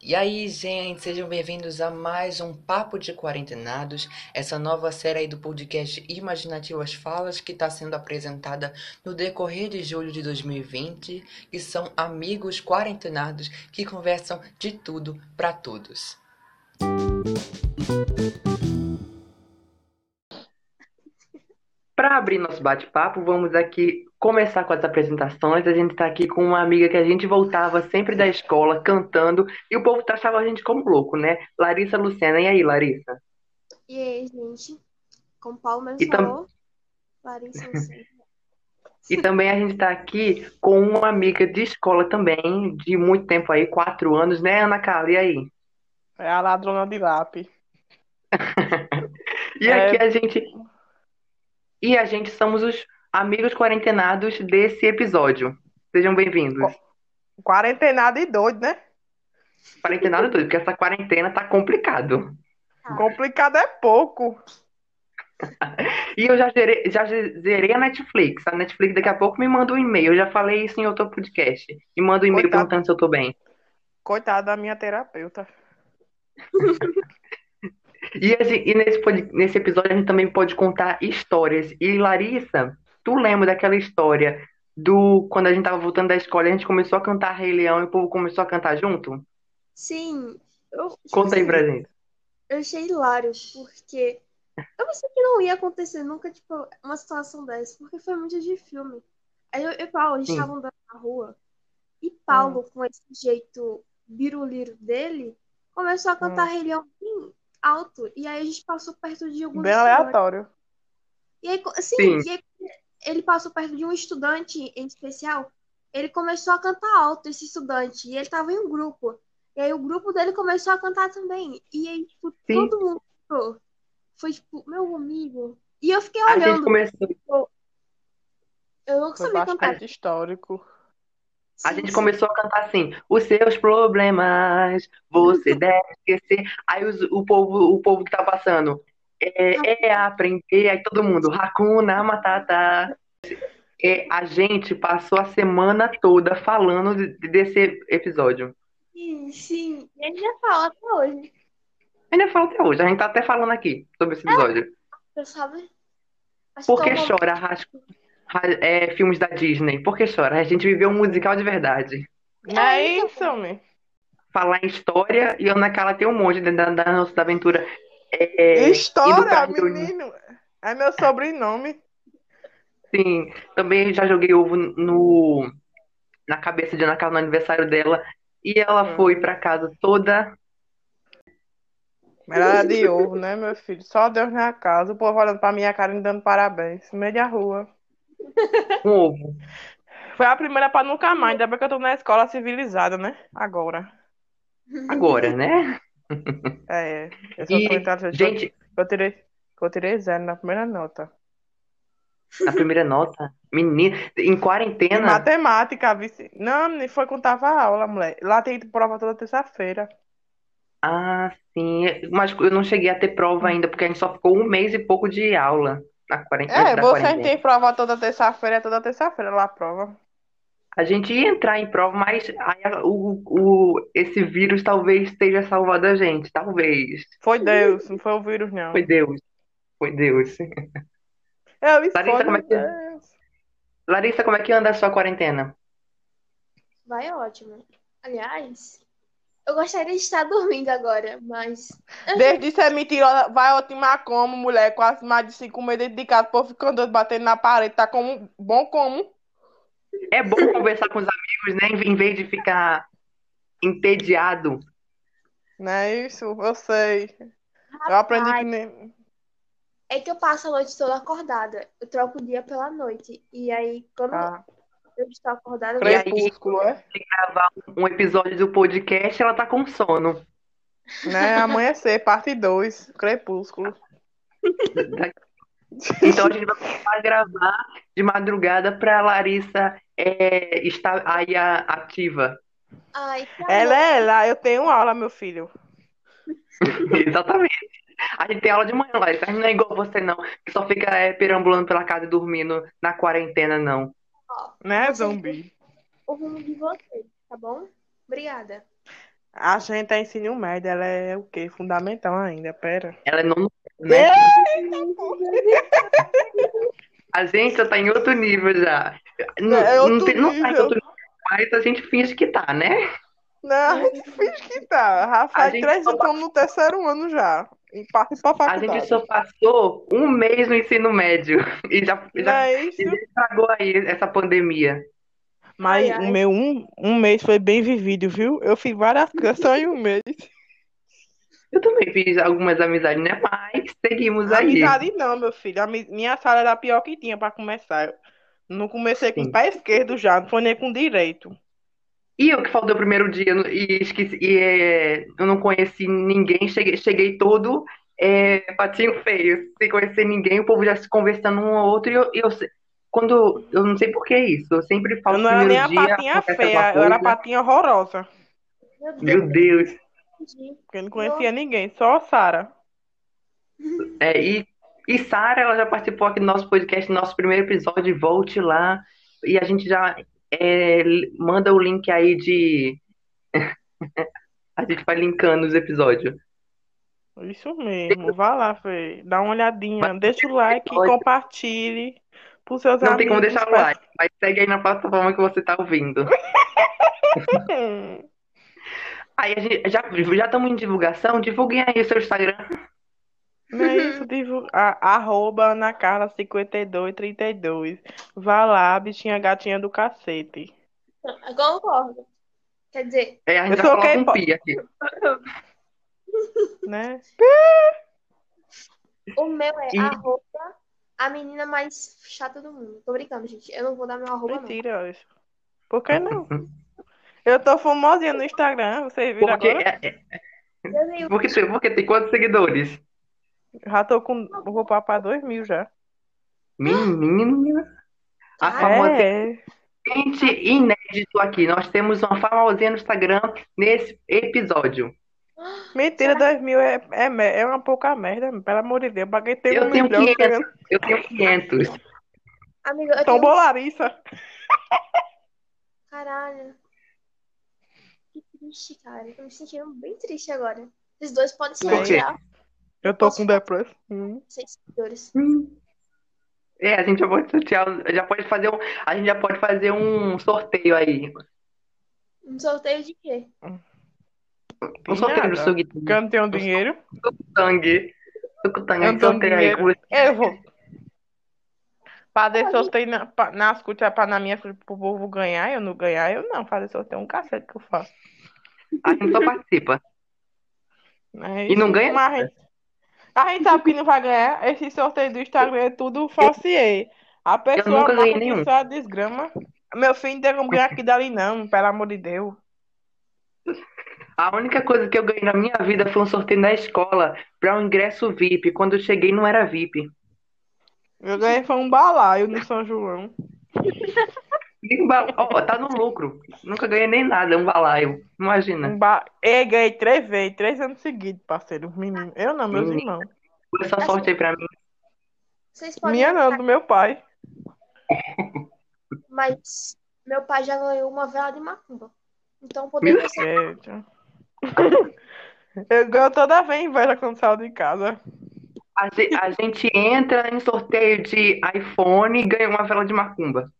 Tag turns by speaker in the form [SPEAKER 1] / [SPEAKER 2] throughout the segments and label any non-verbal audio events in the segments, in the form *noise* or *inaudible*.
[SPEAKER 1] E aí, gente, sejam bem-vindos a mais um Papo de Quarentenados, essa nova série aí do podcast Imaginativas Falas que está sendo apresentada no decorrer de julho de 2020, que são amigos quarentenados que conversam de tudo para todos. Para abrir nosso bate-papo, vamos aqui começar com as apresentações. A gente está aqui com uma amiga que a gente voltava sempre da escola cantando e o povo achava a gente como louco, né? Larissa Lucena. E aí, Larissa?
[SPEAKER 2] E aí, gente? Com palmas
[SPEAKER 1] E tam-
[SPEAKER 2] falou. Larissa Lucena.
[SPEAKER 1] E também a gente está aqui com uma amiga de escola também, de muito tempo aí, quatro anos, né, Ana Carla? E aí?
[SPEAKER 3] É a ladrona de lápis.
[SPEAKER 1] E
[SPEAKER 3] É.
[SPEAKER 1] aqui a gente. E a gente somos os amigos quarentenados desse episódio. Sejam bem-vindos.
[SPEAKER 3] Quarentenada e doido, né?
[SPEAKER 1] Quarentenado tudo, porque essa quarentena tá complicado.
[SPEAKER 3] Complicado é pouco.
[SPEAKER 1] E eu já zerei, já ze- zerei a Netflix. A Netflix daqui a pouco me manda um e-mail. Eu já falei isso em outro podcast. Me manda um e-mail
[SPEAKER 3] Coitado.
[SPEAKER 1] perguntando se eu tô bem.
[SPEAKER 3] Coitada da minha terapeuta.
[SPEAKER 1] E, a gen- e nesse, pod- nesse episódio a gente também pode contar histórias. E Larissa, tu lembra daquela história do quando a gente tava voltando da escola, e a gente começou a cantar Rei Leão e o povo começou a cantar junto?
[SPEAKER 2] Sim, eu, tipo
[SPEAKER 1] Conta aí
[SPEAKER 2] assim,
[SPEAKER 1] pra gente.
[SPEAKER 2] eu achei hilário, porque eu pensei que não ia acontecer nunca, tipo, uma situação dessa, porque foi muito de filme. Aí eu e Paulo, a gente
[SPEAKER 1] Sim. Hum.
[SPEAKER 2] tava andando na rua, e Paulo, com esse jeito biruliro dele, começou a
[SPEAKER 1] Hum.
[SPEAKER 2] cantar Rei Leão bem alto, e aí a gente passou perto de alguns
[SPEAKER 3] Bem
[SPEAKER 2] estudantes.
[SPEAKER 3] aleatório.
[SPEAKER 2] E aí, co- assim,
[SPEAKER 1] Sim.
[SPEAKER 2] e aí ele passou perto de um estudante em especial. Ele começou a cantar alto, esse estudante, e ele tava em um grupo. E aí o grupo dele começou a cantar também. E aí, tipo,
[SPEAKER 1] Sim.
[SPEAKER 2] todo mundo cantou. foi tipo, meu amigo. E eu fiquei
[SPEAKER 1] A gente
[SPEAKER 2] olhando,
[SPEAKER 1] começou,
[SPEAKER 2] eu nunca
[SPEAKER 3] Foi
[SPEAKER 2] sabia cantar.
[SPEAKER 3] bastante histórico.
[SPEAKER 1] a
[SPEAKER 2] Sim,
[SPEAKER 1] gente
[SPEAKER 2] sim.
[SPEAKER 1] começou a cantar assim: os seus problemas,
[SPEAKER 2] *laughs*
[SPEAKER 1] você deve esquecer. Aí os- o povo, o povo que tá passando. É, é aprender, aí todo mundo, Hakuna Matata. É, a gente passou a semana toda falando de- desse episódio.
[SPEAKER 2] Sim, sim. E a gente já fala até hoje,
[SPEAKER 1] Ainda fala até hoje, a gente tá até falando aqui sobre
[SPEAKER 2] Ah,
[SPEAKER 1] esse episódio.
[SPEAKER 2] você sabe? Acho
[SPEAKER 1] Por que
[SPEAKER 2] é um momento-
[SPEAKER 1] chora ras- ra- é, filmes da Disney? Por que chora? A gente viveu um musical de verdade.
[SPEAKER 3] Não é
[SPEAKER 2] então.
[SPEAKER 3] isso, meu.
[SPEAKER 1] Falar em história e Ana Carla tem um monte da, da, da nossa aventura. É, e do
[SPEAKER 3] História,
[SPEAKER 1] carrinho.
[SPEAKER 3] menino. É meu sobrenome.
[SPEAKER 1] Sim, também já joguei ovo no, na cabeça de Ana Carla no aniversário dela. E ela
[SPEAKER 3] Hum.
[SPEAKER 1] foi pra casa toda.
[SPEAKER 3] Mas era de ovo, né, meu filho? Só Deus na casa. O povo olhando pra minha cara e me dando parabéns. No meio da rua.
[SPEAKER 1] com ovo.
[SPEAKER 3] Foi a primeira pra nunca mais. Ainda bem que eu tô na escola civilizada, né? Agora.
[SPEAKER 1] Agora, né?
[SPEAKER 3] É. Eu sou
[SPEAKER 1] E,
[SPEAKER 3] comentário.
[SPEAKER 1] Gente,
[SPEAKER 3] Eu tirei, eu tirei zero na primeira nota.
[SPEAKER 1] a primeira nota, menina, em
[SPEAKER 3] Em
[SPEAKER 1] quarentena,
[SPEAKER 3] matemática, vice. Não, nem foi quando tava a aula, mulher. Lá tem prova toda terça-feira.
[SPEAKER 1] ah, sim, mas eu não cheguei a ter prova ainda, porque a gente só ficou um mês e pouco de aula na quarentena,
[SPEAKER 3] É,
[SPEAKER 1] antes da
[SPEAKER 3] vocês
[SPEAKER 1] quarentena.
[SPEAKER 3] têm prova toda terça-feira, é toda terça-feira lá a prova.
[SPEAKER 1] A gente ia entrar em prova, mas aí a- o, o, esse vírus talvez esteja salvando a gente, talvez.
[SPEAKER 3] Foi Deus, não foi o vírus, não.
[SPEAKER 1] Foi Deus, foi Deus.
[SPEAKER 3] Eu escolho
[SPEAKER 1] Larissa, como é que-
[SPEAKER 3] Deus.
[SPEAKER 1] Larissa, como é que anda a sua quarentena?
[SPEAKER 2] Vai ótimo. Aliás, eu gostaria de estar dormindo agora, mas
[SPEAKER 3] Desde ser mentirosa, vai otimar como, mulher, quase mais de cinco meses dentro de casa, o povo ficando doido, batendo na parede, tá como, bom como.
[SPEAKER 1] É bom conversar com os amigos, né? Em vez de ficar entediado.
[SPEAKER 3] Não é isso, eu sei. Eu aprendi que nem...
[SPEAKER 2] É que eu passo a noite toda acordada. Eu troco o dia pela noite. E aí, quando
[SPEAKER 3] Ah,
[SPEAKER 2] eu estou acordada, eu...
[SPEAKER 1] Creio.
[SPEAKER 3] crepúsculo, é?
[SPEAKER 1] Um episódio do podcast, ela tá com sono.
[SPEAKER 3] Né? Amanhecer, parte 2, crepúsculo.
[SPEAKER 1] Então a gente vai começar a gravar de madrugada para Larissa é, estar aí a- ativa.
[SPEAKER 2] Ai, que
[SPEAKER 3] Ela é lá, eu tenho aula, meu filho.
[SPEAKER 1] Exatamente. A gente tem aula de manhã, Larissa. A gente não é igual você, não, que só fica é, perambulando pela casa e dormindo na quarentena, não.
[SPEAKER 3] Né,
[SPEAKER 2] Você-
[SPEAKER 3] zumbi?
[SPEAKER 2] o rumo de vocês, tá bom? Obrigada.
[SPEAKER 3] A gente é ensino médio, ela é o quê? Fundamental ainda, pera.
[SPEAKER 1] Ela é nono, né? A gente já tá em outro nível já. Não,
[SPEAKER 3] É
[SPEAKER 1] não,
[SPEAKER 3] outro
[SPEAKER 1] tem, não tá em
[SPEAKER 3] nível.
[SPEAKER 1] outro nível, mas a gente finge que tá, né?
[SPEAKER 3] Não, a gente finge que tá.
[SPEAKER 1] A
[SPEAKER 3] Rafael e
[SPEAKER 1] gente
[SPEAKER 3] Cresce
[SPEAKER 1] só pa-
[SPEAKER 3] estamos no terceiro ano já. E parte pra
[SPEAKER 1] A
[SPEAKER 3] faculdade.
[SPEAKER 1] gente só passou um mês no ensino médio *laughs* e já,
[SPEAKER 3] Não
[SPEAKER 1] já
[SPEAKER 3] é isso?
[SPEAKER 1] estragou aí essa pandemia.
[SPEAKER 3] Mas
[SPEAKER 2] Ai, ai.
[SPEAKER 3] o meu um, um mês foi bem vivido, viu? Eu fiz várias canções em um mês.
[SPEAKER 1] Eu também fiz algumas amizades, né? Mas seguimos aí.
[SPEAKER 3] Amizade *laughs* não, meu filho. A mi- minha sala era a pior que tinha pra começar. Eu não comecei com
[SPEAKER 1] Sim.
[SPEAKER 3] o pé esquerdo já, não foi nem com o direito.
[SPEAKER 1] E eu que faltei o primeiro dia no- e esqueci, e é, eu não conheci ninguém, cheguei, cheguei todo é, patinho feio, sem conhecer ninguém, o povo já se conversando um ao outro, e eu, e eu se- quando, eu não sei por que isso, eu sempre
[SPEAKER 3] Eu
[SPEAKER 1] falo
[SPEAKER 3] não
[SPEAKER 1] o
[SPEAKER 3] era nem
[SPEAKER 1] primeiro
[SPEAKER 3] a
[SPEAKER 1] dia,
[SPEAKER 3] patinha
[SPEAKER 1] acontece
[SPEAKER 3] feia, eu
[SPEAKER 1] alguma
[SPEAKER 3] era a
[SPEAKER 1] coisa.
[SPEAKER 3] patinha horrorosa.
[SPEAKER 2] Meu Deus,
[SPEAKER 1] Meu Deus,
[SPEAKER 2] entendi.
[SPEAKER 3] Porque eu não conhecia ninguém, só a Sara.
[SPEAKER 1] É, e, e Sara, ela já participou aqui do nosso podcast, no nosso primeiro episódio, volte lá, e a gente já é, li- manda o link aí de... *laughs* A gente vai linkando os episódios.
[SPEAKER 3] Isso mesmo, vá lá, Fê. Dá uma olhadinha, deixa o like,
[SPEAKER 1] episódio.
[SPEAKER 3] compartilhe pros seus
[SPEAKER 1] Não tem como
[SPEAKER 3] amigos,
[SPEAKER 1] deixar o
[SPEAKER 3] pra-
[SPEAKER 1] like, mas segue aí na plataforma que você tá ouvindo.
[SPEAKER 3] Hum.
[SPEAKER 1] Aí a gente, já já estamos em divulgação, divulguem aí seu Instagram.
[SPEAKER 3] Não
[SPEAKER 1] *laughs*
[SPEAKER 3] é isso, divu- a- arroba Ana Carla 5232. Vá lá, bichinha gatinha do cacete.
[SPEAKER 2] Concordo. Quer dizer,
[SPEAKER 1] É, a gente
[SPEAKER 3] Eu
[SPEAKER 1] já
[SPEAKER 3] sou
[SPEAKER 1] coloca um
[SPEAKER 3] K-pop.
[SPEAKER 1] pi aqui.
[SPEAKER 3] Né?
[SPEAKER 2] o meu é
[SPEAKER 1] E-
[SPEAKER 2] arroba a menina mais chata do mundo. Tô brincando, gente. Eu não vou dar meu arroba, não.
[SPEAKER 3] Mentira, isso. Por que não? Eu tô famosinha no Instagram, vocês viram
[SPEAKER 1] Porque,
[SPEAKER 3] agora?
[SPEAKER 1] é, é,
[SPEAKER 2] Eu nem
[SPEAKER 1] porque, tem- porque tem quantos seguidores?
[SPEAKER 3] Já tô com. Vou papar dois mil já.
[SPEAKER 1] Menina, a
[SPEAKER 2] Ah,
[SPEAKER 1] famosa
[SPEAKER 3] É.
[SPEAKER 1] gente inédito aqui. Nós temos uma famosinha no Instagram nesse episódio.
[SPEAKER 3] Mentira, 2 mil é, é, me- é uma pouca merda, pelo amor de Deus. Pra quem tem
[SPEAKER 1] Eu
[SPEAKER 3] um
[SPEAKER 1] tenho
[SPEAKER 3] milhão,
[SPEAKER 1] 500.
[SPEAKER 3] querendo-
[SPEAKER 1] Eu tenho 500.
[SPEAKER 2] Amiga, eu
[SPEAKER 3] Tombou
[SPEAKER 2] tenho...
[SPEAKER 3] Larissa.
[SPEAKER 2] Caralho. Que triste, cara. Tô me sentindo bem triste agora. Vocês dois podem se
[SPEAKER 3] Por quê?
[SPEAKER 2] retirar.
[SPEAKER 3] Eu tô com depressão. Hum.
[SPEAKER 2] Seis seguidores.
[SPEAKER 1] É, a gente já pode sortear, já pode fazer um, a gente já pode fazer um sorteio aí.
[SPEAKER 2] Um sorteio de quê?
[SPEAKER 1] Um sorteio do
[SPEAKER 3] Nada.
[SPEAKER 1] sangue.
[SPEAKER 3] Porque eu não tenho dinheiro.
[SPEAKER 1] Sangue. Sucutanga,
[SPEAKER 3] Eu
[SPEAKER 1] um
[SPEAKER 3] tô
[SPEAKER 1] sorteio aí com
[SPEAKER 3] dinheiro.
[SPEAKER 1] você.
[SPEAKER 3] Eu vou. Fazer sorteio na, pa- nas coisas pra na minha frente pro povo ganhar, eu não ganhar, eu não. Fazer sorteio é um cacete que eu faço.
[SPEAKER 1] A gente só participa.
[SPEAKER 3] Né?
[SPEAKER 1] E não ganha
[SPEAKER 3] Mas a gente, a gente sabe que não vai ganhar. Esse sorteio do Instagram é tudo falsiei. A pessoa
[SPEAKER 1] nunca ganhei
[SPEAKER 3] marca que
[SPEAKER 1] nenhum.
[SPEAKER 3] só a desgrama. Meu filho não tem como ganhar aqui dali, não, pelo amor de Deus.
[SPEAKER 1] A única coisa que eu ganhei na minha vida foi um sorteio na escola para um ingresso VIP. Quando eu cheguei, não era VIP.
[SPEAKER 3] Eu ganhei foi um balaio no São João.
[SPEAKER 1] Nem ba- Ó, tá no lucro. Nunca ganhei nem nada, um balaio. Imagina.
[SPEAKER 3] Um ba... Eu ganhei três vezes, três anos seguidos, parceiro. Menino. Eu não, meus
[SPEAKER 1] Menino.
[SPEAKER 3] irmãos.
[SPEAKER 1] Foi essa sorte aí pra mim.
[SPEAKER 2] Vocês podem
[SPEAKER 3] Minha não, do meu pai.
[SPEAKER 2] Mas meu pai já ganhou uma vela de macumba. Então podemos.
[SPEAKER 3] Gente. Eu ganho toda vez inveja quando saio de casa.
[SPEAKER 1] A ge- a gente entra em sorteio de iPhone e ganha uma vela de macumba.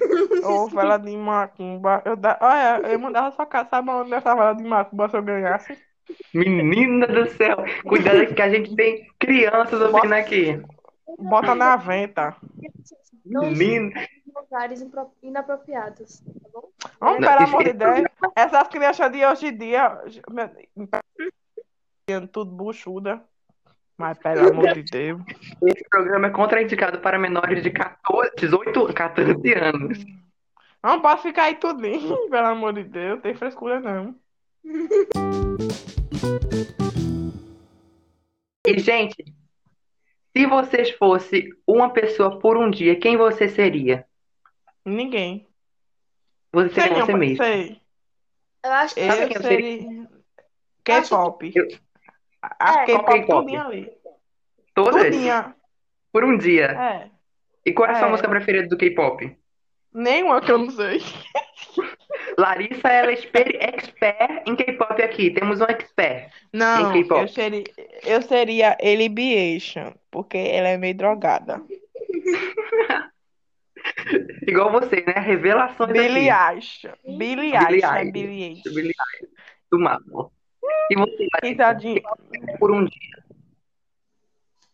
[SPEAKER 1] *laughs*
[SPEAKER 3] Ou vela de macumba. Eu, da... Olha, eu mandava só caçar onde essa vela de macumba se eu ganhasse.
[SPEAKER 1] Menina do céu, cuidado que a gente tem crianças ouvindo aqui.
[SPEAKER 3] *laughs* Bota na venta.
[SPEAKER 2] Não
[SPEAKER 1] Menina.
[SPEAKER 2] em lugares impro- inapropriados, tá bom?
[SPEAKER 3] Vamos,
[SPEAKER 1] Não,
[SPEAKER 3] pelo
[SPEAKER 1] isso-
[SPEAKER 3] amor de Deus. Essas crianças de hoje em dia. meu- Tudo buchuda. Mas pelo amor de Deus.
[SPEAKER 1] Esse programa é contraindicado para menores de 14, 18, 14 anos.
[SPEAKER 3] Não pode ficar aí tudinho, *laughs* pelo amor de Deus, tem frescura não.
[SPEAKER 1] E, gente, se vocês fossem uma pessoa por um dia, quem você seria?
[SPEAKER 3] Ninguém.
[SPEAKER 1] Você seria
[SPEAKER 3] não,
[SPEAKER 1] você mesmo.
[SPEAKER 3] sei.
[SPEAKER 2] Eu acho que
[SPEAKER 3] Eu
[SPEAKER 1] Sabe quem eu
[SPEAKER 3] seria K-pop.
[SPEAKER 1] Eu-
[SPEAKER 3] A
[SPEAKER 2] É.
[SPEAKER 3] K-pop
[SPEAKER 1] K-pop.
[SPEAKER 3] tudinha ali.
[SPEAKER 1] Todas?
[SPEAKER 3] Tudinha.
[SPEAKER 1] Por um dia.
[SPEAKER 3] É.
[SPEAKER 1] E qual um é a sua
[SPEAKER 3] É.
[SPEAKER 1] música preferida do K-pop?
[SPEAKER 3] Nenhuma que eu não sei.
[SPEAKER 1] Larissa, ela é exper- expert em K-pop K-pop aqui, temos um expert. Em
[SPEAKER 3] Não,
[SPEAKER 1] K-pop.
[SPEAKER 3] eu seria, eu seria Elibiation, porque ela é meio drogada.
[SPEAKER 1] Igual você, né? Revelações aqui.
[SPEAKER 3] Billy Aisha. Billy Aisha, é
[SPEAKER 1] Eilish.
[SPEAKER 3] Billy Aisha.
[SPEAKER 1] Billie Eilish, Do mapa. E você,
[SPEAKER 3] Quem
[SPEAKER 1] Larissa,
[SPEAKER 3] tá de-
[SPEAKER 1] por um dia?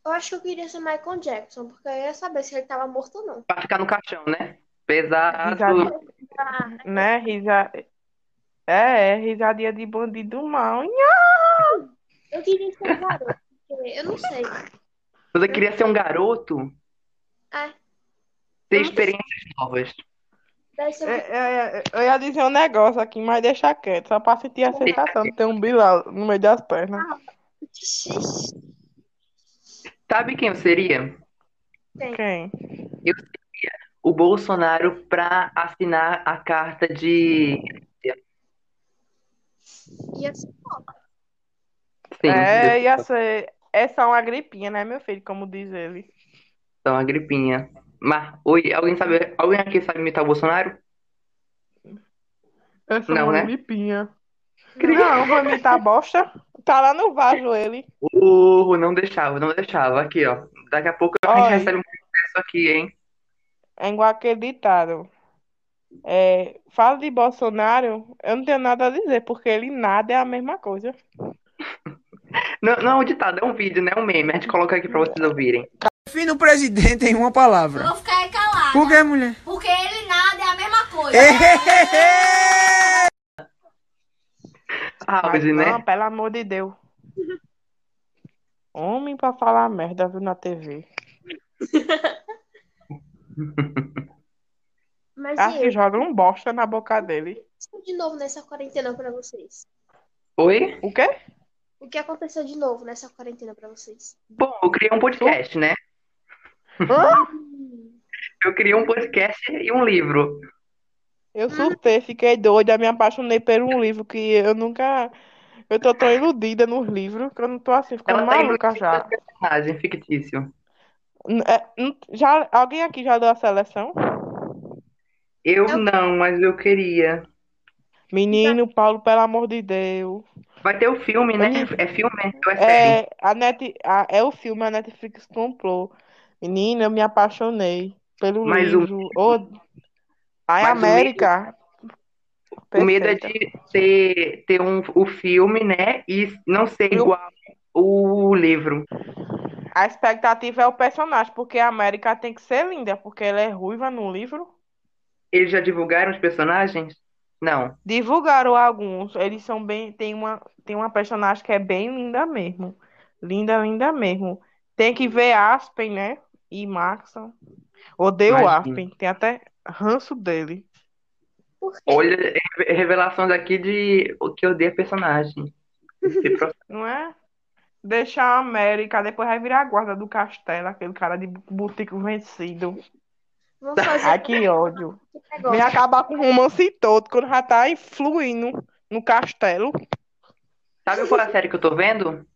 [SPEAKER 2] Eu acho que eu queria ser Michael Jackson, porque eu ia saber se ele tava morto ou não.
[SPEAKER 1] Pra ficar no caixão, né? Pesado.
[SPEAKER 3] Risadinha,
[SPEAKER 2] Ah,
[SPEAKER 3] né? Risa... É, é, risadinha de bandido mal. Nha.
[SPEAKER 2] eu queria ser um garoto, porque eu não sei.
[SPEAKER 1] Você queria ser um garoto?
[SPEAKER 2] É.
[SPEAKER 1] Ter
[SPEAKER 2] Vamos-
[SPEAKER 1] experiências novas.
[SPEAKER 2] Deve ser
[SPEAKER 3] É,
[SPEAKER 2] muito...
[SPEAKER 3] é, é, eu ia dizer um negócio aqui, mas deixa quieto, só pra sentir a sensação de ter um bilal no meio das pernas.
[SPEAKER 1] Sabe quem eu seria?
[SPEAKER 3] Quem?
[SPEAKER 1] O Bolsonaro pra assinar a carta de.
[SPEAKER 2] Ia ser
[SPEAKER 1] Sim,
[SPEAKER 3] É, ia ser. É só uma gripinha, né, meu filho? Como diz ele.
[SPEAKER 1] então, a gripinha. Mas, oi, alguém sabe. Alguém aqui sabe imitar o Bolsonaro?
[SPEAKER 3] É só
[SPEAKER 1] Não,
[SPEAKER 3] uma
[SPEAKER 1] né?
[SPEAKER 3] gripinha.
[SPEAKER 1] Cri-
[SPEAKER 3] Não, vou imitar bosta. Tá lá no vaso ele.
[SPEAKER 1] Oh, não deixava, não deixava. Aqui, ó. Daqui a pouco a gente
[SPEAKER 3] Oi.
[SPEAKER 1] recebe um processo aqui, hein?
[SPEAKER 3] É igual aquele ditado. É, fala de Bolsonaro, eu não tenho nada a dizer, porque ele nada é a mesma coisa.
[SPEAKER 1] Não, não é um ditado, é um vídeo, né? É um meme. A gente coloca aqui pra vocês ouvirem.
[SPEAKER 4] Fim do presidente em uma
[SPEAKER 5] Eu
[SPEAKER 4] palavra.
[SPEAKER 5] vou ficar aí calada.
[SPEAKER 4] Por que, mulher?
[SPEAKER 5] Porque ele nada é a mesma coisa.
[SPEAKER 1] Ah,
[SPEAKER 3] Mas
[SPEAKER 1] hoje, né?
[SPEAKER 3] não, pelo amor
[SPEAKER 5] *laughs*
[SPEAKER 3] de Deus. Homem pra falar merda, viu, na TV.
[SPEAKER 2] Mas
[SPEAKER 3] Acho
[SPEAKER 2] e
[SPEAKER 3] que
[SPEAKER 2] eu?
[SPEAKER 3] joga um bosta na boca dele.
[SPEAKER 2] aconteceu de novo nessa quarentena pra vocês?
[SPEAKER 1] Oi?
[SPEAKER 3] O quê?
[SPEAKER 2] O que aconteceu de novo nessa quarentena pra vocês?
[SPEAKER 1] Bom, eu criei um podcast, né?
[SPEAKER 3] Hã?
[SPEAKER 2] Hum,
[SPEAKER 1] Eu criei um podcast e um livro.
[SPEAKER 3] Eu
[SPEAKER 1] Hum.
[SPEAKER 3] surtei, fiquei doida, me apaixonei por um livro que eu nunca. Eu tô tão iludida nos livros que eu não tô assim, ficando
[SPEAKER 1] Ela tá
[SPEAKER 3] maluca
[SPEAKER 1] inclusive
[SPEAKER 3] já.
[SPEAKER 1] um personagem fictício.
[SPEAKER 3] N- é, n- já. Alguém aqui já deu a seleção?
[SPEAKER 1] Eu
[SPEAKER 2] Eu-
[SPEAKER 1] não, mas eu queria.
[SPEAKER 3] Menino, Paulo, pelo amor de Deus.
[SPEAKER 1] Vai ter o filme, né?
[SPEAKER 3] Olha.
[SPEAKER 1] É filme ou é série?
[SPEAKER 3] É, a Net, a- é o filme, a Netflix comprou. Menina, eu me apaixonei pelo
[SPEAKER 1] Mas o-
[SPEAKER 3] livro. Ô, Ai,
[SPEAKER 1] Mas o
[SPEAKER 3] América.
[SPEAKER 1] O medo é
[SPEAKER 3] Perfeita.
[SPEAKER 1] de ter, ter um, o filme, né? E não ser
[SPEAKER 3] Eu-
[SPEAKER 1] igual o livro.
[SPEAKER 3] A expectativa é o personagem, porque a América tem que ser linda, porque ela é ruiva no livro.
[SPEAKER 1] Eles já divulgaram os personagens? Não.
[SPEAKER 3] Divulgaram alguns, eles são bem. Tem uma, tem uma personagem que é bem linda mesmo. Linda, linda mesmo. Tem que ver Aspen, né? E Maxon. Odeio
[SPEAKER 1] Imagina.
[SPEAKER 3] Aspen, tem até ranço dele.
[SPEAKER 2] Por quê?
[SPEAKER 1] Olha, re- revelações aqui de o que odeia personagem. Esse processo.
[SPEAKER 3] Não é? Deixar a América, depois vai virar a guarda do castelo, aquele cara de botico vencido.
[SPEAKER 2] Vamos fazer
[SPEAKER 3] Ai, que ódio.
[SPEAKER 2] um
[SPEAKER 3] Vem
[SPEAKER 2] negócio.
[SPEAKER 3] acabar com o romance todo, quando já tá influindo no castelo.
[SPEAKER 1] Sabe qual é a série que eu tô vendo?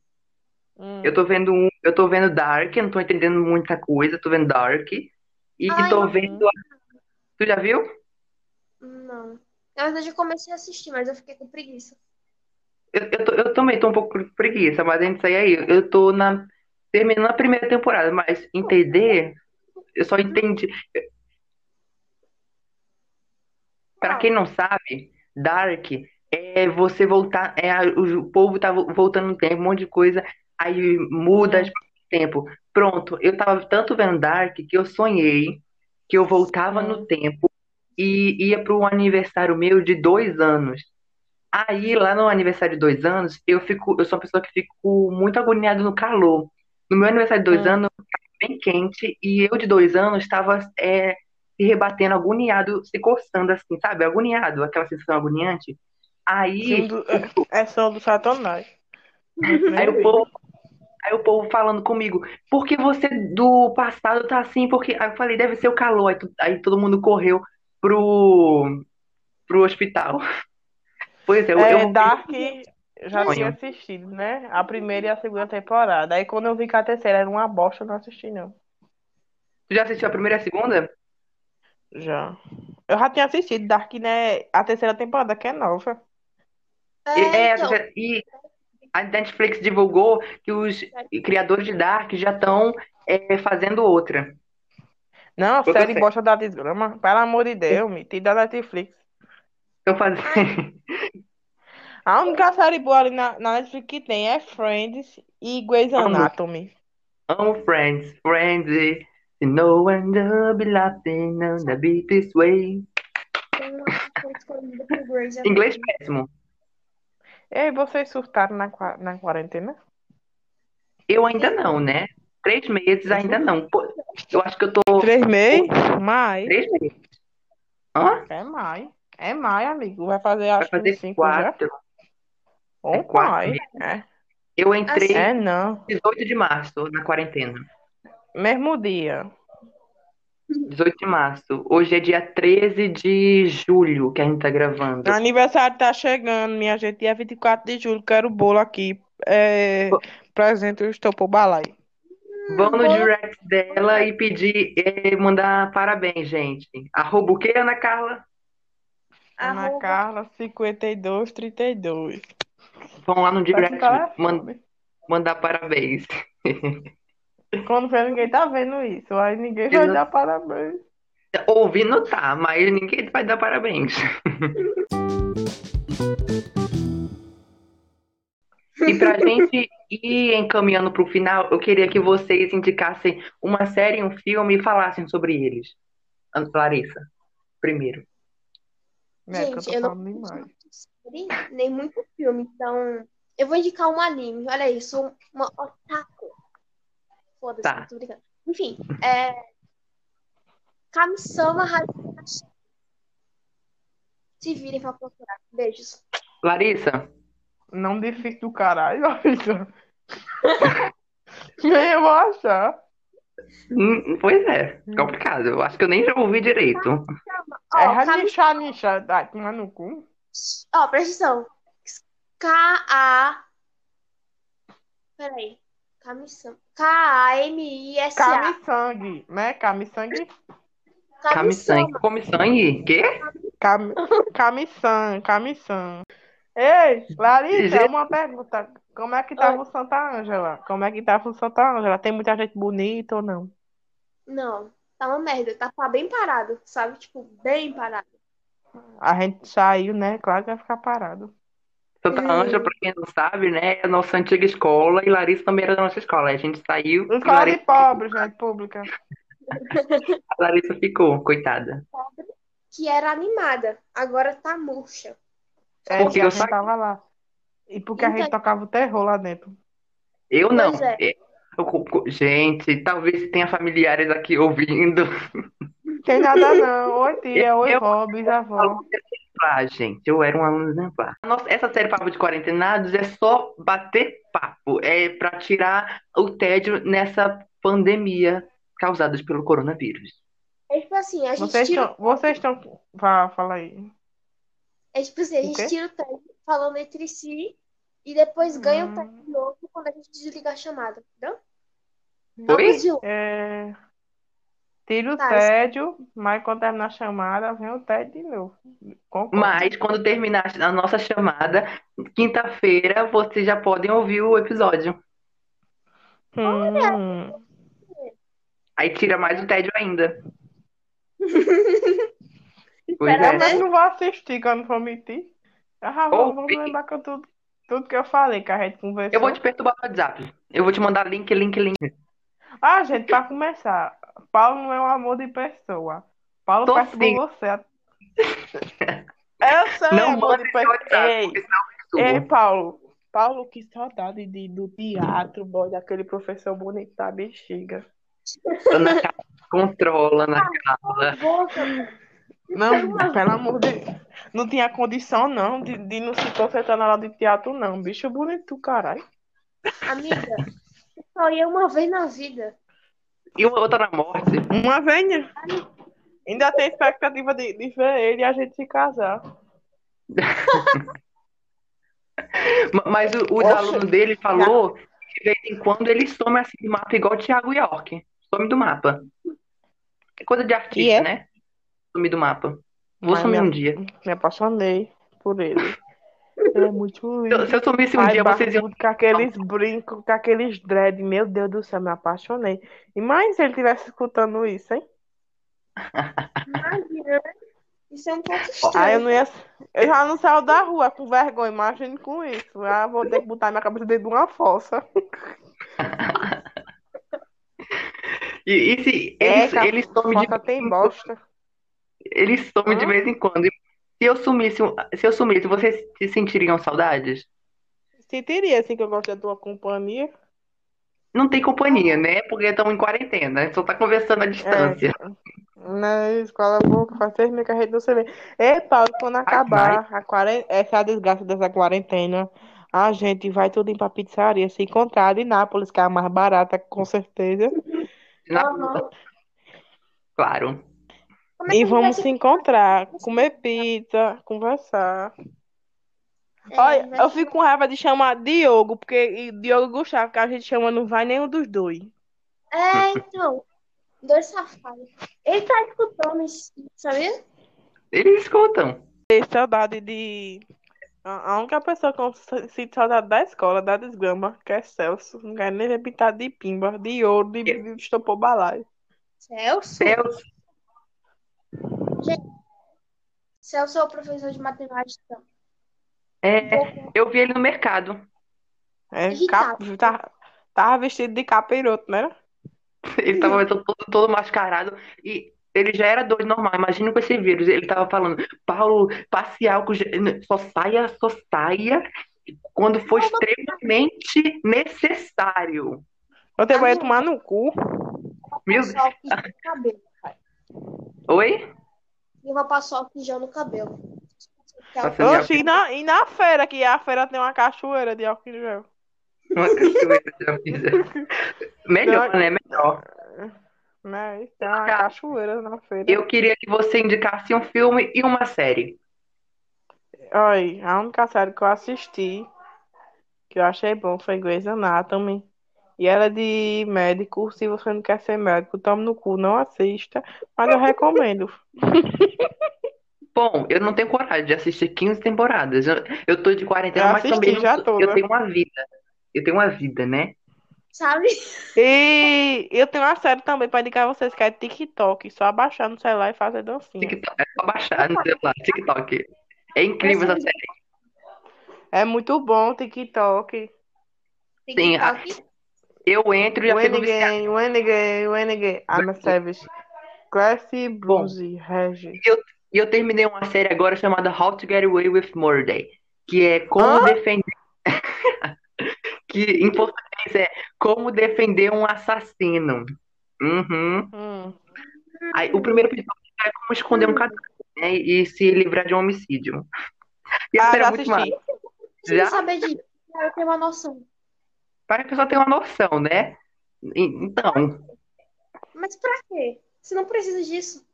[SPEAKER 1] Eu tô vendo um, eu tô vendo Dark, eu não tô entendendo muita coisa, tô vendo Dark. E
[SPEAKER 2] Ai,
[SPEAKER 1] tô
[SPEAKER 2] não.
[SPEAKER 1] vendo. Tu já viu?
[SPEAKER 2] Não. Na verdade, eu comecei a assistir, mas eu fiquei com preguiça.
[SPEAKER 1] Eu, eu, tô- eu também tô um pouco com preguiça, mas a gente sai aí. Eu tô na, terminando a primeira temporada, mas entender, eu só entendi. Pra quem não sabe, Dark é você voltar, é a- o povo tá vo- voltando no tempo, um monte de coisa, aí muda de tempo. Pronto, eu tava tanto vendo Dark que eu sonhei que eu voltava no tempo e ia para um aniversário meu de dois anos. Aí, lá no aniversário de dois anos, eu fico, eu sou uma pessoa que fico muito agoniada no calor. No meu aniversário de dois
[SPEAKER 3] Hum.
[SPEAKER 1] anos, tava bem quente, e eu de dois anos estava é, se rebatendo, agoniado, se coçando assim, sabe? Agoniado, aquela sensação agoniante. Aí,
[SPEAKER 3] Sim, do- é- É só do Satanás. Né,
[SPEAKER 1] aí o povo, aí o povo falando comigo, por que você do passado tá assim? Porque aí eu falei, deve ser o calor. Aí, tu- aí todo mundo correu pro, pro hospital. *laughs* Pois é, eu,
[SPEAKER 3] É,
[SPEAKER 1] eu-
[SPEAKER 3] Dark já tinha
[SPEAKER 1] Sonho.
[SPEAKER 3] assistido, né? A primeira e a segunda temporada. Aí quando eu vi que a terceira era uma bosta, eu não assisti, não.
[SPEAKER 1] Tu já assistiu a primeira e a segunda?
[SPEAKER 3] Já. Eu já tinha assistido Dark, né? A terceira temporada, que é nova.
[SPEAKER 1] E- É,
[SPEAKER 2] então,
[SPEAKER 1] e a Netflix divulgou que os criadores de Dark já estão fazendo outra.
[SPEAKER 3] Não, a
[SPEAKER 1] Outra
[SPEAKER 3] série
[SPEAKER 1] série.
[SPEAKER 3] bosta da desgrama. Pelo amor de Deus, me tira da Netflix.
[SPEAKER 1] Estão *laughs* fazendo.
[SPEAKER 3] A única série boa ali na, na Netflix que tem é Friends e Grey's
[SPEAKER 1] Amo.
[SPEAKER 3] Anatomy.
[SPEAKER 1] Oh, friends, friends, you know I'm gonna be laughing, I'm gonna be this way.
[SPEAKER 2] tem uma pessoa escolhida por Grey's Anatomy.
[SPEAKER 1] Inglês péssimo.
[SPEAKER 3] E vocês surtaram na, qua- na quarentena?
[SPEAKER 1] Eu ainda não, né? Três meses ainda não. Pô, eu acho que eu tô.
[SPEAKER 3] Três meses? Mais.
[SPEAKER 1] Três meses. Hã?
[SPEAKER 3] É mais. É mais, amigo. Vai fazer
[SPEAKER 1] Vai
[SPEAKER 3] acho que
[SPEAKER 1] fazer
[SPEAKER 3] uns cinco já.
[SPEAKER 1] quatro.
[SPEAKER 3] Ou
[SPEAKER 1] É quatro
[SPEAKER 3] mais. É.
[SPEAKER 1] Eu entrei
[SPEAKER 3] é, não.
[SPEAKER 1] 18 de março na quarentena.
[SPEAKER 3] Mesmo dia.
[SPEAKER 1] 18 de março. Hoje é dia 13 de julho que a gente tá gravando.
[SPEAKER 3] Meu aniversário tá chegando, minha gente. Dia 24 de julho. Quero bolo aqui. É, presente, eu estou pro balai.
[SPEAKER 1] Vão no direct dela e pedir, eh, mandar parabéns, gente. Arroba o quê, Ana Carla?
[SPEAKER 3] Ana
[SPEAKER 2] Arroba-
[SPEAKER 3] Carla, 5232.
[SPEAKER 1] Vão lá no
[SPEAKER 3] Tá
[SPEAKER 1] direct
[SPEAKER 3] com telefone.
[SPEAKER 1] man- mandar parabéns.
[SPEAKER 3] Quando vê, ninguém tá vendo isso. Aí ninguém vai
[SPEAKER 1] Exato.
[SPEAKER 3] dar parabéns.
[SPEAKER 1] Ouvindo tá, mas ninguém vai dar parabéns. E pra gente ir encaminhando pro final, eu queria que vocês indicassem uma série, um filme e falassem sobre eles. Ana Larissa, primeiro.
[SPEAKER 3] Né, que eu
[SPEAKER 2] Gente,
[SPEAKER 3] tô
[SPEAKER 2] eu não
[SPEAKER 3] falando demais.
[SPEAKER 2] série, nem muito filme, então eu vou indicar um anime. Olha aí, sou uma otaku. Foda-se,
[SPEAKER 1] Tá.
[SPEAKER 2] tô brincando. Enfim, é. Kamisama Harukashi. Se virem pra procurar.
[SPEAKER 1] É
[SPEAKER 2] Beijos.
[SPEAKER 1] Larissa,
[SPEAKER 3] Não difícil do caralho, *laughs* Larissa. *laughs* Nem eu vou achar.
[SPEAKER 1] hum, pois é, complicado. Eu acho que eu nem já ouvi direito.
[SPEAKER 2] Ó,
[SPEAKER 3] É
[SPEAKER 2] Kami-
[SPEAKER 3] Hanisha, Nisha. Tá, toma no cu.
[SPEAKER 2] Ó, presta atenção. K-A. Peraí. Kamisama. K-A-M-I-S-A.
[SPEAKER 3] Kami Sangue, né? Kami Sangue.
[SPEAKER 2] Tá
[SPEAKER 1] Come Tá sangue.
[SPEAKER 2] Kamisama.
[SPEAKER 1] Come sangue? Quê?
[SPEAKER 3] Kami, Kami San, Kami San. Ei, Larissa,
[SPEAKER 1] Gente.
[SPEAKER 3] uma pergunta. Como é que tava o Santa Ângela? Como é que tava o Santa Ângela? Tem muita gente bonita ou não?
[SPEAKER 2] Não, tá uma merda. Tá tá bem parado, sabe? Tipo, bem parado.
[SPEAKER 3] A gente saiu, né? Claro que vai ficar parado.
[SPEAKER 1] Santa
[SPEAKER 2] Hum.
[SPEAKER 1] Ângela, pra quem não sabe, né, é a nossa antiga escola e Larissa também era da nossa escola. Aí A gente saiu e
[SPEAKER 3] Escola de
[SPEAKER 1] Larissa,
[SPEAKER 3] pobres, gente pública.
[SPEAKER 1] a Larissa ficou, coitada.
[SPEAKER 2] que era animada, agora tá murcha.
[SPEAKER 3] É,
[SPEAKER 1] Porque
[SPEAKER 3] porque a
[SPEAKER 1] eu
[SPEAKER 3] gente
[SPEAKER 1] saí.
[SPEAKER 3] tava lá. E porque a gente
[SPEAKER 2] Então-
[SPEAKER 3] tocava o terror lá dentro.
[SPEAKER 1] Eu não.
[SPEAKER 2] Pois é.
[SPEAKER 1] É, eu co- co- gente, talvez tenha familiares aqui ouvindo. *laughs*
[SPEAKER 3] Tem nada não. Oi, tia, oi,
[SPEAKER 1] Eu-
[SPEAKER 3] vó, bisavó.
[SPEAKER 1] aluno exemplar, gente. Eu era um aluno exemplar. A nossa- essa série Papo de Quarentenados é só bater papo, é pra tirar o tédio nessa pandemia causada pelo coronavírus.
[SPEAKER 2] É tipo assim, a gente
[SPEAKER 3] Vocês
[SPEAKER 2] tira.
[SPEAKER 3] estão. Vocês estão. Vá, fala aí.
[SPEAKER 2] É tipo assim, a
[SPEAKER 3] O quê?
[SPEAKER 2] gente tira o tempo falando entre si e depois ganha o tempo de novo quando a gente desliga a chamada, entendeu? Vamos de novo.
[SPEAKER 3] É... Tira o
[SPEAKER 2] Tá,
[SPEAKER 3] tédio, mas quando terminar a chamada, vem o tédio de novo. Concordo.
[SPEAKER 1] Mas quando terminar a nossa chamada, quinta-feira, vocês já podem ouvir o episódio.
[SPEAKER 3] Hum,
[SPEAKER 1] Aí tira mais o tédio
[SPEAKER 2] *laughs*
[SPEAKER 1] ainda. é, né? Pois
[SPEAKER 2] Espera,
[SPEAKER 1] é.
[SPEAKER 3] eu mesmo não vou assistir quando for mentir. Ah,
[SPEAKER 1] Ô,
[SPEAKER 3] vamos
[SPEAKER 1] Pri.
[SPEAKER 3] lembrar que eu, tudo, tudo que eu falei, que a gente conversou.
[SPEAKER 1] Eu vou te perturbar no WhatsApp. Eu vou te mandar link, link, link.
[SPEAKER 3] Ah, gente, pra começar, Paulo não é um amor de pessoa. Paulo
[SPEAKER 1] Tô
[SPEAKER 3] perturbou
[SPEAKER 1] sim. *laughs*
[SPEAKER 3] você. Eu sou
[SPEAKER 1] Não
[SPEAKER 3] amor de
[SPEAKER 1] manda esse
[SPEAKER 3] pessoa.
[SPEAKER 1] WhatsApp,
[SPEAKER 3] Ei,
[SPEAKER 1] Subo.
[SPEAKER 3] ei, Paulo. Paulo, que saudade de, do teatro, boy, daquele professor bonito da bexiga.
[SPEAKER 1] Ana Carla, controla, Ana Carla.
[SPEAKER 3] Não, pelo amor de Deus. Não tinha condição, não, de, de não se concentrar na aula de teatro, não. Bicho bonito, caralho.
[SPEAKER 2] Amiga, eu só ia uma vez na vida.
[SPEAKER 1] E uma outra na morte.
[SPEAKER 3] Uma venha. Ainda tem expectativa de, de ver ele e a gente se casar.
[SPEAKER 1] Ma- Mas o, os
[SPEAKER 3] Oxe.
[SPEAKER 1] alunos dele falou que de vez em quando ele some assim do mapa, igual o Thiago York. Some do mapa. É coisa de artista,
[SPEAKER 3] E é?
[SPEAKER 1] né? Sumir do mapa. Vou
[SPEAKER 3] Ai,
[SPEAKER 1] sumir
[SPEAKER 3] minha-
[SPEAKER 1] um dia.
[SPEAKER 3] Me apaixonei por ele. Ela é muito linda.
[SPEAKER 1] Se eu- se eu sumisse um
[SPEAKER 3] Ai,
[SPEAKER 1] dia, vocês iam.
[SPEAKER 3] barbudo, com aqueles brincos, com aqueles dread. Meu Deus do céu, me apaixonei. E mais se ele estivesse escutando isso, hein?
[SPEAKER 2] Imagina. Isso é um pouco estranho.
[SPEAKER 3] Aí eu não ia. Eu já não saio da rua com vergonha, imagine com isso. Ah, vou ter que botar minha cabeça dentro de uma fossa.
[SPEAKER 1] E, e se
[SPEAKER 3] É,
[SPEAKER 1] ele,
[SPEAKER 3] cara,
[SPEAKER 1] ele some de
[SPEAKER 3] Fossa tem bosta.
[SPEAKER 1] ele some de
[SPEAKER 3] Hã?
[SPEAKER 1] vez em quando. E se eu sumisse, um- se eu sumisse, vocês se sentiriam saudades?
[SPEAKER 3] Sentiria assim que eu gosto da tua companhia.
[SPEAKER 1] Não tem companhia, né? Porque estão em quarentena, a gente só tá conversando à distância.
[SPEAKER 3] Na escola boca, faz seis meses que a gente não se vê. Ei, Paulo, quando acabar a quaren... essa desgraça dessa quarentena, a gente vai tudo em pra pizzaria, se encontrar em Nápoles, que é a mais barata, com certeza.
[SPEAKER 1] Na
[SPEAKER 2] Aham.
[SPEAKER 1] rua. Claro.
[SPEAKER 2] Como é que
[SPEAKER 3] E
[SPEAKER 2] a gente
[SPEAKER 3] vamos
[SPEAKER 2] vai
[SPEAKER 3] se encontrar, comer pizza, conversar.
[SPEAKER 2] se-
[SPEAKER 3] Olha,
[SPEAKER 2] vai
[SPEAKER 3] eu
[SPEAKER 2] se-
[SPEAKER 3] fico com raiva de chamar Diogo, porque e Diogo e Gustavo, que a gente chama, não vai nenhum dos dois.
[SPEAKER 2] É, então. Dois safados. Ele tá escutando isso, sabia?
[SPEAKER 1] Eles escutam.
[SPEAKER 3] Ter saudade de. A a única pessoa que eu sinto saudade da escola, da desgrama, que é Celso. Não quero nem ver pintado de pimba, de ouro, de, de estopor balaio.
[SPEAKER 2] Celso?
[SPEAKER 1] Deus,
[SPEAKER 2] Celso é o professor de matemática.
[SPEAKER 1] é, eu vi ele no mercado.
[SPEAKER 3] É,
[SPEAKER 2] Irritado.
[SPEAKER 3] cap- tá- tava vestido de capiroto, né?
[SPEAKER 1] Ele tava todo, todo- todo mascarado e ele já era doido normal. Imagina com esse vírus. Ele tava falando, Paulo, passe álcool, gel- só saia, só saia quando for extremamente necessário.
[SPEAKER 3] Eu tenho
[SPEAKER 2] Ah,
[SPEAKER 3] que
[SPEAKER 2] não.
[SPEAKER 3] tomar no cu.
[SPEAKER 1] Meu
[SPEAKER 2] Passou álcool em gel no cabelo.
[SPEAKER 1] Oi?
[SPEAKER 2] E vai passar álcool em gel no cabelo. Tá
[SPEAKER 1] Nossa, Daniel.
[SPEAKER 3] Oxi, e na, e na feira, que a feira tem uma cachoeira de álcool em gel.
[SPEAKER 1] Uma cachoeira de amizade. Melhor, né? Melhor.
[SPEAKER 3] Né? Tem uma
[SPEAKER 1] Tá.
[SPEAKER 3] cachoeira na feira.
[SPEAKER 1] Eu queria que você indicasse um filme e uma série.
[SPEAKER 3] Olha, a única série que eu assisti, que eu achei bom, foi Grey's Anatomy. E ela é de médico. Se você não quer ser médico, tome no cu, não assista. Mas eu recomendo.
[SPEAKER 1] Bom, eu não tenho coragem de assistir 15 temporadas. Eu, eu tô de quarentena,
[SPEAKER 3] Eu
[SPEAKER 1] mas
[SPEAKER 3] assisti
[SPEAKER 1] também não-
[SPEAKER 3] já toda.
[SPEAKER 1] eu tenho uma vida. Eu tenho uma vida, né?
[SPEAKER 2] Sabe?
[SPEAKER 3] E eu tenho uma série também pra indicar a vocês, que é TikTok. Só abaixar no celular e fazer dancinha.
[SPEAKER 1] TikTok, é só baixar no celular, TikTok. É incrível essa série.
[SPEAKER 3] É muito bom o TikTok.
[SPEAKER 1] Sim, ah, a-
[SPEAKER 2] TikTok.
[SPEAKER 1] Eu entro e já fico
[SPEAKER 3] When
[SPEAKER 1] viciado.
[SPEAKER 3] again, when again, when again. I'm a savage. Classy, bluesy, Regis.
[SPEAKER 1] E eu terminei uma série agora chamada How to Get Away with Murder, que é como
[SPEAKER 3] Hã?
[SPEAKER 1] defender. *laughs* que em português é como defender um assassino. Uhum.
[SPEAKER 3] Hum.
[SPEAKER 1] Aí, o primeiro episódio é como esconder um cadáver, né? E se livrar de um homicídio. E a
[SPEAKER 3] Ah,
[SPEAKER 1] série
[SPEAKER 3] já
[SPEAKER 1] é muito
[SPEAKER 3] assisti.
[SPEAKER 1] massa.
[SPEAKER 2] Você não
[SPEAKER 1] Já?
[SPEAKER 2] saber disso. Eu tenho uma noção.
[SPEAKER 1] Para que a pessoa tenha uma noção, né? E- Então,
[SPEAKER 2] Mas pra quê? Você não precisa disso.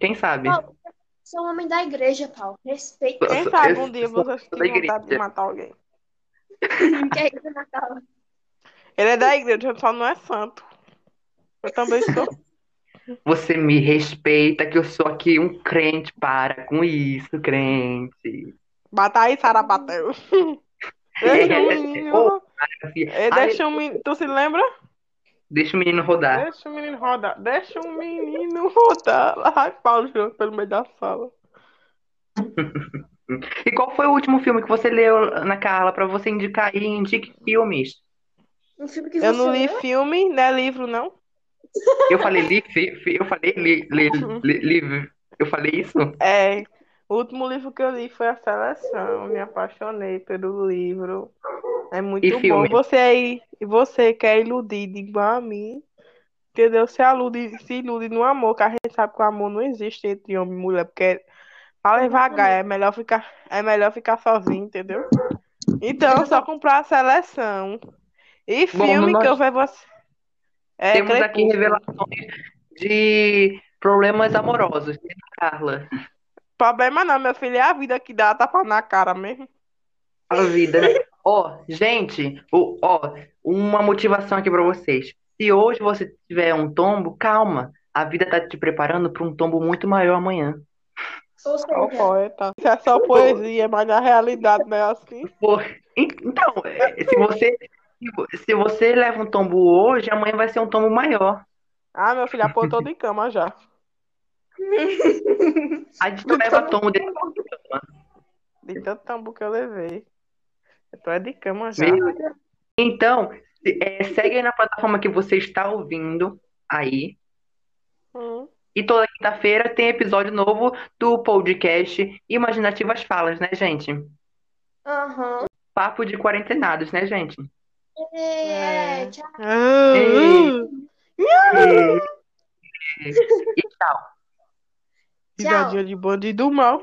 [SPEAKER 1] quem sabe?
[SPEAKER 2] Paulo, você é um homem da igreja, Paulo.
[SPEAKER 1] *laughs*
[SPEAKER 2] Respeita.
[SPEAKER 3] Quem
[SPEAKER 1] Nossa,
[SPEAKER 3] sabe um
[SPEAKER 1] esse-
[SPEAKER 3] dia vocês
[SPEAKER 1] da
[SPEAKER 3] têm
[SPEAKER 1] igreja.
[SPEAKER 3] vontade de matar alguém.
[SPEAKER 2] Que é isso, Natal.
[SPEAKER 3] Ele é da igreja, só não é santo. Eu também sou.
[SPEAKER 1] Você me respeita, que eu sou aqui um crente. Para com isso, crente.
[SPEAKER 3] Bata aí, Sarabateu. Deixa o menino. É,
[SPEAKER 1] Ai,
[SPEAKER 3] Deixa o menino. Tu se lembra?
[SPEAKER 1] Assim, deixa o menino rodar.
[SPEAKER 3] Deixa o menino rodar. Deixa o menino rodar. Ai, Paulo Júnior, pelo meio da sala.
[SPEAKER 1] E qual foi o último filme que você leu, Ana Carla, pra você indicar aí? Indique filmes.
[SPEAKER 2] Um filme que
[SPEAKER 3] Eu
[SPEAKER 2] você
[SPEAKER 3] não li
[SPEAKER 2] leu?
[SPEAKER 3] filme, não é livro, não.
[SPEAKER 1] Eu falei li, fi- fi- eu falei li, li, li- li- eu falei isso?
[SPEAKER 3] É. O último livro que eu li foi A Seleção. Me apaixonei pelo livro. É muito
[SPEAKER 1] E
[SPEAKER 3] bom.
[SPEAKER 1] filme?
[SPEAKER 3] Você aí, você que é iludido igual a mim, entendeu? Se alude, se ilude no amor, que a gente sabe que o amor não existe entre homem e mulher, porque pra levar gaia é melhor ficar, é melhor ficar sozinho, entendeu? Então, só comprar a seleção. E
[SPEAKER 1] Bom,
[SPEAKER 3] filme
[SPEAKER 1] nós
[SPEAKER 3] que eu vejo você. É
[SPEAKER 1] Temos aqui
[SPEAKER 3] Crepúsculo.
[SPEAKER 1] revelações de problemas amorosos, né, Carla?
[SPEAKER 3] Problema não, meu filho, é a vida que dá tapa na cara mesmo.
[SPEAKER 1] A vida, né? Ó, gente, o- ó, uma motivação aqui pra vocês. Se hoje você tiver um tombo, calma. A vida tá te preparando pra um tombo muito maior amanhã.
[SPEAKER 2] Ou seja,
[SPEAKER 3] Ó, poeta. Isso é só poesia, mas na realidade não é assim.
[SPEAKER 1] Pô, Então, é, se você, se você leva um tombo hoje, amanhã vai ser um tombo maior.
[SPEAKER 3] Ah, meu filho apontou de cama já.
[SPEAKER 1] Aí tu leva tombo de
[SPEAKER 3] De tanto tambo que eu levei. Eu tô é de cama já.
[SPEAKER 1] Meu Deus. Então, se- é, segue aí na plataforma que você está ouvindo aí.
[SPEAKER 3] Hum.
[SPEAKER 1] E toda quinta-feira tem episódio novo do podcast Imaginativas Falas, né, gente?
[SPEAKER 2] aham.
[SPEAKER 1] Papo de quarentenados, né, gente?
[SPEAKER 2] É,
[SPEAKER 3] É.
[SPEAKER 2] tchau.
[SPEAKER 3] Ah,
[SPEAKER 1] E-
[SPEAKER 3] Cidadinha de bandido mal.